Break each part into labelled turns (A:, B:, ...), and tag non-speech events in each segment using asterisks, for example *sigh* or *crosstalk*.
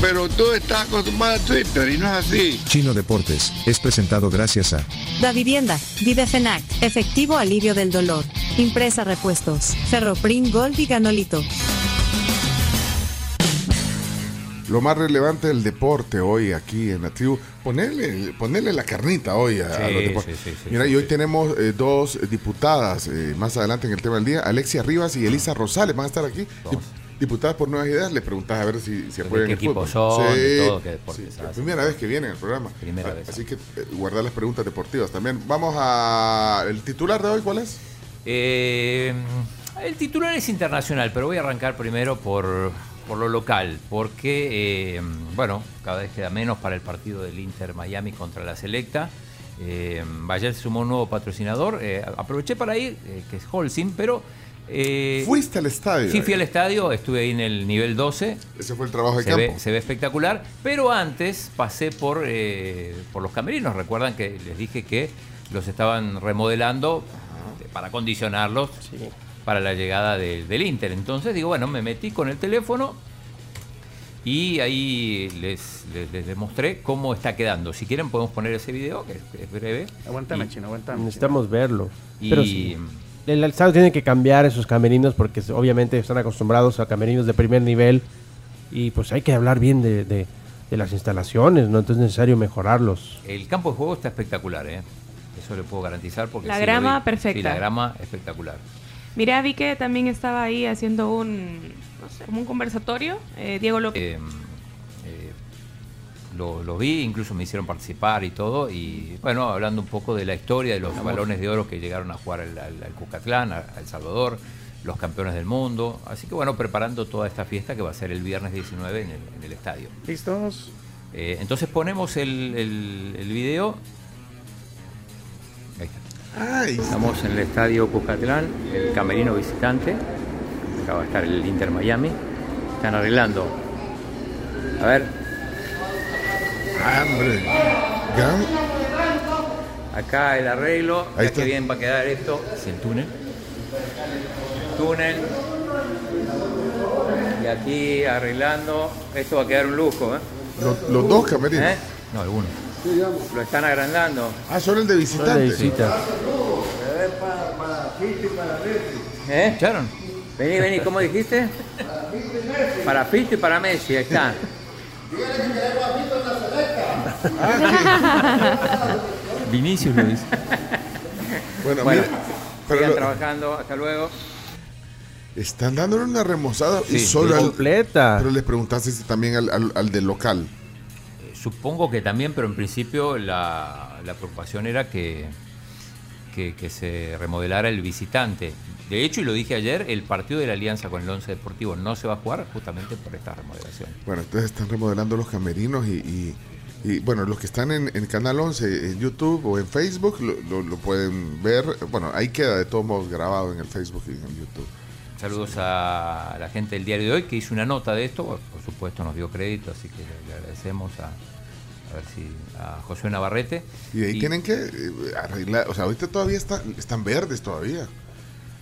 A: Pero tú estás acostumbrado a Twitter y no es así.
B: Chino Deportes es presentado gracias a
C: Da Vivienda, Videfenac, Efectivo Alivio del Dolor, Impresa Repuestos, Ferroprim Gold y Ganolito.
D: Lo más relevante del deporte hoy aquí en la tribu, ponerle, ponerle la carnita hoy a, a los
E: Sí,
D: deportes.
E: sí, sí, sí,
D: Mira,
E: sí,
D: y hoy
E: sí.
D: tenemos eh, dos diputadas eh, más adelante en el tema del día, Alexia Rivas y Elisa Rosales van a estar aquí. Dip- Diputadas por Nuevas Ideas, les preguntás a ver si se
E: ¿De
D: apoyan
E: qué
D: el
E: equipo
D: fútbol.
E: son? ¿De todo? ¿Qué deportes
D: sí,
E: hacen?
D: la primera vez que vienen al programa.
E: Primera
D: A-
E: vez.
D: Así que eh, guardar las preguntas deportivas también. Vamos a el titular de hoy, ¿cuál es?
E: Eh, el titular es internacional, pero voy a arrancar primero por, por lo local, porque, eh, bueno, cada vez queda menos para el partido del Inter Miami contra la Selecta. Eh, Bayer sumó un nuevo patrocinador. Eh, aproveché para ir, eh, que es Holcim, pero. eh,
D: Fuiste al estadio.
E: Sí, fui al estadio, estuve ahí en el nivel 12.
D: Ese fue el trabajo de
E: Se
D: campo.
E: ve, se ve espectacular, pero antes pasé por, eh, por los camerinos. Recuerdan que les dije que los estaban remodelando eh, para condicionarlos para la llegada de- del Inter. Entonces digo, bueno, me metí con el teléfono y ahí les, les, les demostré cómo está quedando. Si quieren podemos poner ese video, que es, que es breve.
F: Aguantame, chino, aguantame.
G: Necesitamos verlo.
E: Y-
G: Pero sí, el Estado tiene que cambiar esos camerinos porque s- obviamente están acostumbrados a camerinos de primer nivel y pues hay que hablar bien de, de- de las instalaciones, ¿no? Entonces es necesario mejorarlos.
E: El campo de juego está espectacular, ¿eh? Eso le puedo garantizar porque...
H: La
E: sí lo
H: grama,
E: vi. Sí, la
H: perfecta.
E: grama espectacular.
H: Mirá, vi que también estaba ahí haciendo un, no sé, como un conversatorio. eh, Diego López.
E: eh, eh, lo, lo vi, incluso me hicieron participar y todo. Y bueno, hablando un poco de la historia de los balones de oro que llegaron a jugar al, al- al Cucatlán, a, a El Salvador, los campeones del mundo. Así que bueno, preparando toda esta fiesta que va a ser el viernes 19 en el, en el estadio.
F: ¿Listos?
E: Eh, entonces ponemos el, el- el video. Ahí está.
D: Ay,
E: Estamos en el estadio Cucatlán, el camerino visitante. Acá va a estar el Inter Miami. Están arreglando. A ver,
D: hambre. Gran-
E: Acá el arreglo,
D: Ahí
E: Ahí
D: está.
E: que bien va a quedar esto. Es el túnel. Túnel. Y aquí arreglando. Esto va a quedar un lujo, ¿eh?
D: Los, los dos camerinos.
E: ¿Eh? No, alguno. Lo están agrandando.
D: Ah, solo el de
G: Una
D: visitante.
G: visita.
E: ¿Eh? Vení, vení, ¿cómo dijiste? Para Fito y para Messi, ahí está. Vinicius lo dice.
D: Bueno,
E: Bueno,
D: mira, pero
E: Sigan
D: lo-
E: trabajando, hasta luego.
D: están dándole una remozada y
E: Sí,
D: solo al-
G: completa.
D: Pero les preguntaste si también al, al, al del local.
E: Supongo que también, pero en principio la, la preocupación era que, que, que se remodelara el visitante. De hecho, y lo dije ayer, el partido de la alianza con el Once Deportivo no se va a jugar justamente por esta remodelación.
D: Bueno, entonces están remodelando los camerinos y, y- y, bueno, los que están en, en Canal 11, en YouTube o en Facebook, lo, lo- lo pueden ver. Bueno, ahí queda de todos modos grabado en el Facebook y en YouTube.
E: Saludos a la gente del diario de hoy que hizo una nota de esto, por supuesto nos dio crédito, así que le- le agradecemos a, a ver si, a José Navarrete.
D: Y de ahí tienen que eh, arreglar, o sea, ahorita todavía está- están verdes todavía.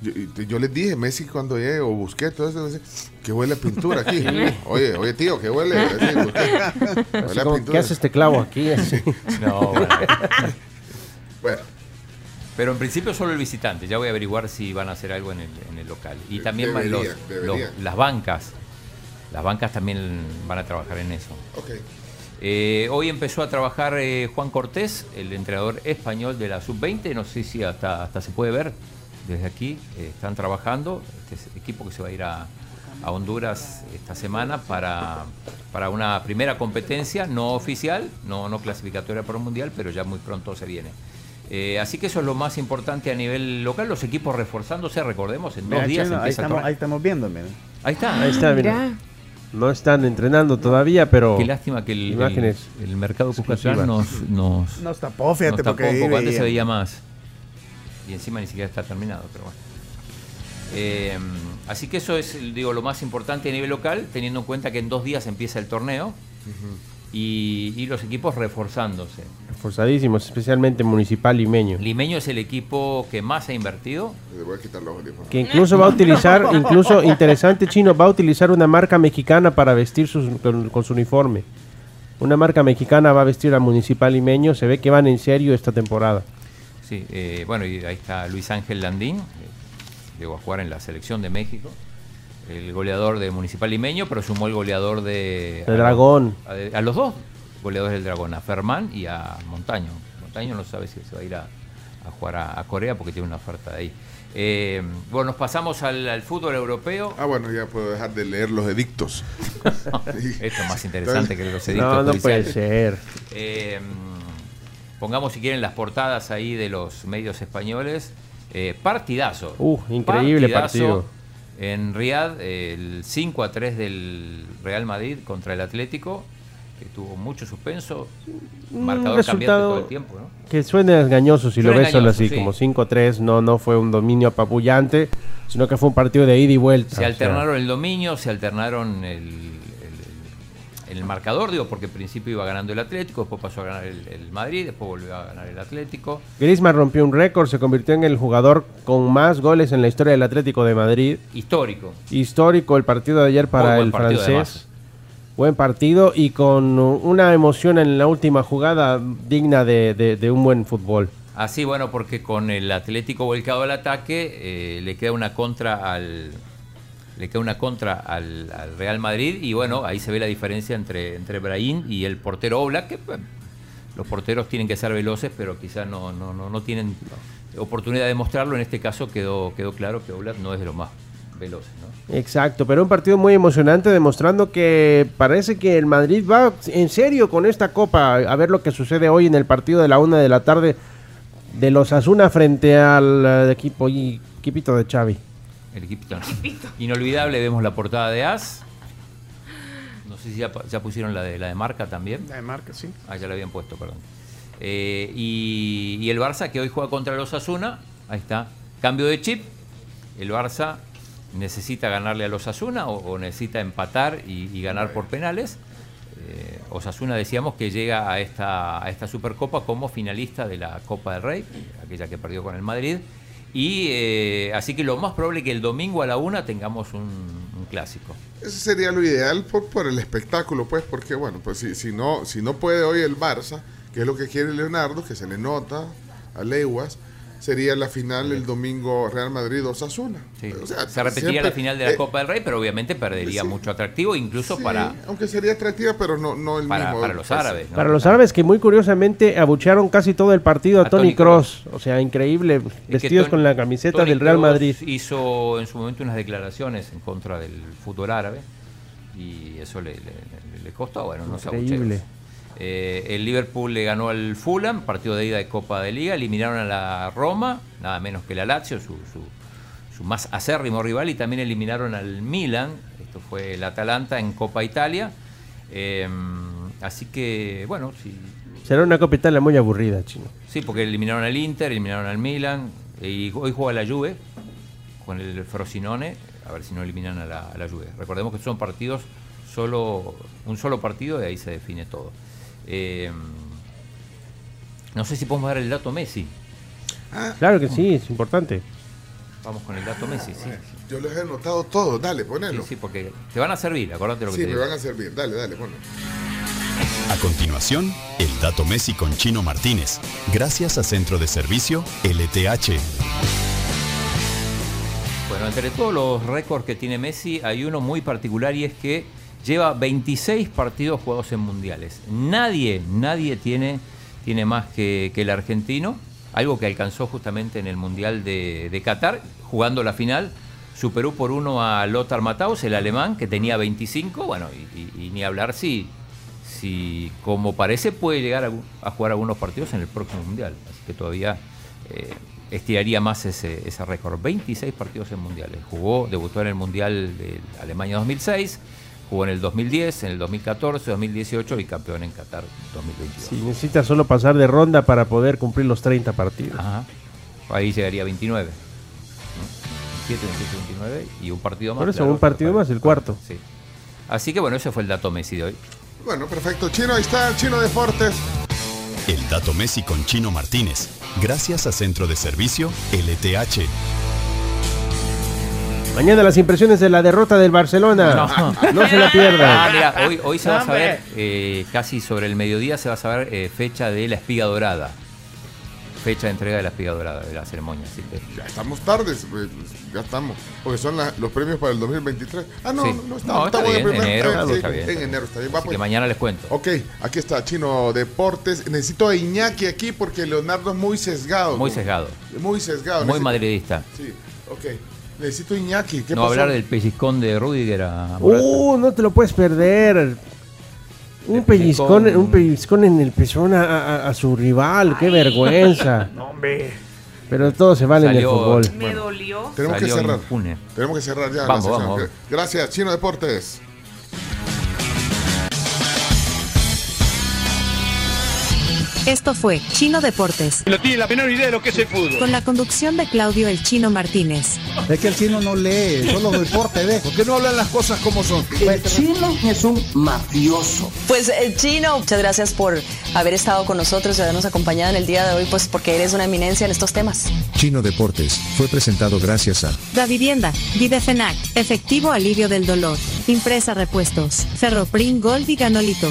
D: Yo, y- yo les dije, Messi cuando llegue o busqué todo eso, me dice, que huele a pintura
G: *laughs*
D: aquí. oye, oye tío, que huele. Así, Busquets.
G: Así
D: Huele a
G: como, ¿Qué
D: pintura.
G: hace este clavo aquí? Así.
E: *laughs* No, bueno.
D: Bueno,
E: Pero en principio solo el visitante. Ya voy a averiguar si van a hacer algo en el, en el local. Y
D: De-
E: también van
D: debería,
E: los-
D: debería.
E: los- las bancas. Las bancas también van a trabajar en eso.
D: ok.
E: Eh, hoy empezó a trabajar eh, Juan Cortés, el entrenador español de la sub-20. No sé si hasta, hasta se puede ver desde aquí. eh, están trabajando. Este es equipo que se va a ir a, a Honduras esta semana para, para una primera competencia, no oficial, no, no clasificatoria para un mundial, pero ya muy pronto se viene. Eh, así que eso es lo más importante a nivel local. Los equipos reforzándose, recordemos, en dos
F: Mira,
E: días
F: chino, ahí,
E: empieza el
F: estamos, ahí
E: torneo.
F: estamos viendo, mira.
E: Ahí está.
G: Ahí está, mira. No están entrenando todavía, pero.
E: Qué lástima que el, el-
G: Imágenes.
E: el mercado Cucatlán
G: exclusivas.
E: nos, nos,
I: Nos tapó, fíjate,
E: nos tapó
I: porque ahí
E: un poco. Antes
I: veía.
E: se veía más. Y encima ni siquiera está terminado, pero bueno. Eh, así que eso es digo, lo más importante a nivel local, teniendo en cuenta que en dos días empieza el torneo y, y los equipos reforzándose.
G: Forzadísimos, especialmente Municipal Limeño.
E: Limeño es el equipo que más ha invertido.
D: Le voy a quitar los audífonos.
G: Que incluso va a
H: *laughs*
G: utilizar, incluso interesante chino, va a utilizar una marca mexicana para vestir sus- con, con su uniforme. Una marca mexicana va a vestir a Municipal Limeño. Se ve que van en serio esta temporada.
E: Sí, eh, bueno, y ahí está Luis Ángel Landín, eh, llegó a jugar en la selección de México, el goleador de Municipal Limeño, pero sumó el goleador de...
G: De Dragón.
E: A, a los dos goleadores del Dragón, a Fermán y a Montaño. Montaño no sabe si se va a ir a, a jugar a, a Corea porque tiene una oferta de ahí. Eh, bueno, nos pasamos al, al fútbol europeo.
D: Ah, bueno, ya puedo dejar de leer los edictos.
E: Esto es más interesante que los edictos
G: No, no puede
E: judiciales.
G: ser.
E: Eh, pongamos si quieren las portadas ahí de los medios españoles. Eh, partidazo.
G: Uh, increíble partido.
E: En Riyadh, el 5 a 3 del Real Madrid contra el Atlético, que tuvo mucho suspenso.
G: Un
E: Marcador cambiante
G: resultado
E: todo el tiempo, ¿no?
G: Que suena engañoso si
E: Suena
G: lo ves solo
E: engañoso,
G: así,
E: sí.
G: como 5-3, no, no fue un dominio apabullante, sino que fue un partido de ida y vuelta.
E: Se
G: o sea,
E: alternaron el dominio, se alternaron el, el- el marcador, digo, porque al principio iba ganando el Atlético, después pasó a ganar el, el Madrid, después volvió a ganar el Atlético.
G: Griezmann rompió un récord, se convirtió en el jugador con más goles en la historia del Atlético de Madrid.
E: Histórico.
G: Histórico el partido de ayer para
E: Muy buen
G: el
E: partido,
G: francés.
E: además.
G: Buen partido y con una emoción en la última jugada digna de, de- de un buen fútbol.
E: Así, Ah, bueno, porque con el Atlético volcado al ataque, eh, le queda una contra al. Le queda una contra al, al Real Madrid. Y bueno, ahí se ve la diferencia entre, entre Brahim y el portero Oblak, que pues, los porteros tienen que ser veloces, pero quizás no, no, no, no tienen oportunidad de mostrarlo. En este caso quedó, quedó claro que Oblak no es de los más veloces, ¿no?
G: Exacto, pero un partido muy emocionante demostrando que parece que el Madrid va en serio con esta copa. A ver lo que sucede hoy en el partido de la una de la tarde de los Asuna frente al eh, equipo y equipito de Xavi.
E: El equipito. ¿no? Inolvidable, vemos la portada de As. No sé si ya, pa- ya pusieron la de, la de marca también.
F: La de marca, sí.
E: Ah, ya la habían puesto, perdón. Eh, y, y el Barça que hoy juega contra los Asuna. Ahí está. Cambio de chip. El Barça necesita ganarle a los Asuna o, o necesita empatar y, y ganar por penales. Eh, Osasuna decíamos que llega a esta, a esta Supercopa como finalista de la Copa del Rey, aquella que perdió con el Madrid. Y eh, así que lo más probable es que el domingo a la una tengamos un, un clásico.
D: Eso sería lo ideal por, por el espectáculo, pues, porque bueno, pues si, si no, si no puede hoy el Barça, que es lo que quiere Leonardo, que se le nota a Leguas, sería la final el domingo Real Madrid Osasuna.
E: Sí.
D: O sea,
E: Se repetiría
D: siempre-
E: la final de la
D: eh,
E: Copa del Rey, pero obviamente perdería
D: sí.
E: mucho atractivo, incluso
D: sí,
E: para,
D: aunque sería atractiva, pero no, no el
E: para,
D: mismo.
E: para los
D: pues,
E: árabes. ¿no?
G: Para los árabes que muy curiosamente abuchearon casi todo el partido a,
E: A Toni
G: Tony Cross, o sea, increíble,
E: Es que
G: vestidos
E: Toni-
G: con la camiseta
E: Toni
G: del Real
E: Kroos
G: Madrid.
E: Hizo en su momento unas declaraciones en contra del fútbol árabe y eso le, le- le costó, bueno, no se
G: Increíble.
E: abucheos. Eh, el Liverpool le ganó al Fulham, partido de ida de Copa de Liga, eliminaron a la Roma, nada menos que la Lazio, su, su- su más acérrimo rival, y también eliminaron al Milan, esto fue el Atalanta en Copa Italia. Eh, así que, bueno, sí,
G: Será una copa Italia muy aburrida, chino.
E: Sí, porque eliminaron al Inter, eliminaron al Milan. Y hoy juega la Juve con el Frosinone. A ver si no eliminan a la, a la Juve. Recordemos que son partidos, solo un solo partido y ahí se define todo. Eh, no sé si podemos dar el dato Messi.
G: Claro que sí, es importante.
E: Vamos con el dato Messi, sí.
D: Yo los he anotado todos, dale,
E: Sí,
D: ponelo.
E: sí, porque te van a servir, acordate lo que
D: Sí,
E: te
D: me
E: digo.
D: van a servir, dale, dale, ponelo.
J: A continuación, el dato Messi con Chino Martínez, gracias a Centro de Servicio LTH.
E: Bueno, entre todos los récords que tiene Messi, hay uno muy particular y es que lleva 26 partidos jugados en mundiales. Nadie, nadie tiene, tiene más que, que el argentino, algo que alcanzó justamente en el Mundial de, de Qatar, jugando la final. Superó por uno a Lothar Matthaus, el alemán, que tenía 25. Bueno, y, y- y ni hablar si, si, como parece, puede llegar a, a jugar algunos partidos en el próximo mundial. Así que todavía eh, estiraría más ese, ese récord. 26 partidos en mundiales. Jugó, debutó en el Mundial de Alemania 2006, Jugó en el 2010, en el 2014, 2018 y campeón en Qatar 2022.
G: Si necesita solo pasar de ronda para poder cumplir los 30 partidos.
E: Ajá. Ahí llegaría 29. ¿no? 27, 28, 29 y un partido más.
G: Por eso,
E: claro,
G: un partido
E: para-
G: más, el cuarto.
E: Sí. Así que bueno, ese fue el dato Messi de hoy.
D: Bueno, perfecto. Chino, ahí está, Chino Deportes.
J: El dato Messi con Chino Martínez, gracias a Centro de Servicio LTH.
G: Mañana las impresiones de la derrota del Barcelona. *laughs* No, se la
E: Ah,
G: pierdan.
E: mira, hoy, hoy se va a
G: No,
E: saber, eh, casi sobre el mediodía, se va a saber eh, fecha de la espiga dorada. Fecha de entrega de la espiga dorada, de la ceremonia. así que-
D: Ya estamos tardes, pues, ya estamos. Porque son la- los premios para el 2023. Ah, no,
E: Sí.
D: no, no,
E: No,
D: estamos,
E: está
D: estamos en
E: bien,
D: el primer-
E: enero,
D: ah, sí,
E: está bien,
D: En
E: está
D: enero, está bien. va,
E: Así que
D: pues.
E: mañana les cuento.
D: Ok, aquí está Chino Deportes. Necesito a Iñaki aquí porque Leonardo es muy sesgado.
E: Muy
D: ¿no?
E: sesgado.
D: Muy sesgado.
E: Muy
D: Necesito-
E: madridista.
D: Sí, ok. Necesito a Iñaki. ¿Qué
E: No
D: pasó?
E: hablar del pellizcón de Rudiger a Morata.
G: Uh, no te lo puedes perder. Un pellizcón, un pellizcón en el pezón a, a- a su rival. Qué
E: *laughs*
G: vergüenza.
F: No, hombre.
G: Pero todo se vale en el
E: Salió-
G: fútbol.
H: Me dolió.
D: Tenemos que
E: Salió
D: cerrar.
E: impune.
D: Tenemos que cerrar ya. la
E: Vamos,
D: sección.
E: vamos, vamos.
D: Gracias, Chino Deportes.
C: Esto fue Chino Deportes,
K: No tiene la menor idea de lo que es el fútbol.
C: con la conducción de Claudio El Chino Martínez.
I: Es que el chino no lee, solo deporte, ¿ves? Eh, ¿Por qué no hablan las cosas como son?
L: El chino es un mafioso. Pues el chino, muchas gracias por haber estado con nosotros y habernos acompañado en el día de hoy, pues porque eres una eminencia en estos temas.
B: Chino Deportes fue presentado gracias a
C: Da Vivienda, Videfenac, Efectivo Alivio del Dolor, Impresa Repuestos, Ferroprim Gold y Ganolito.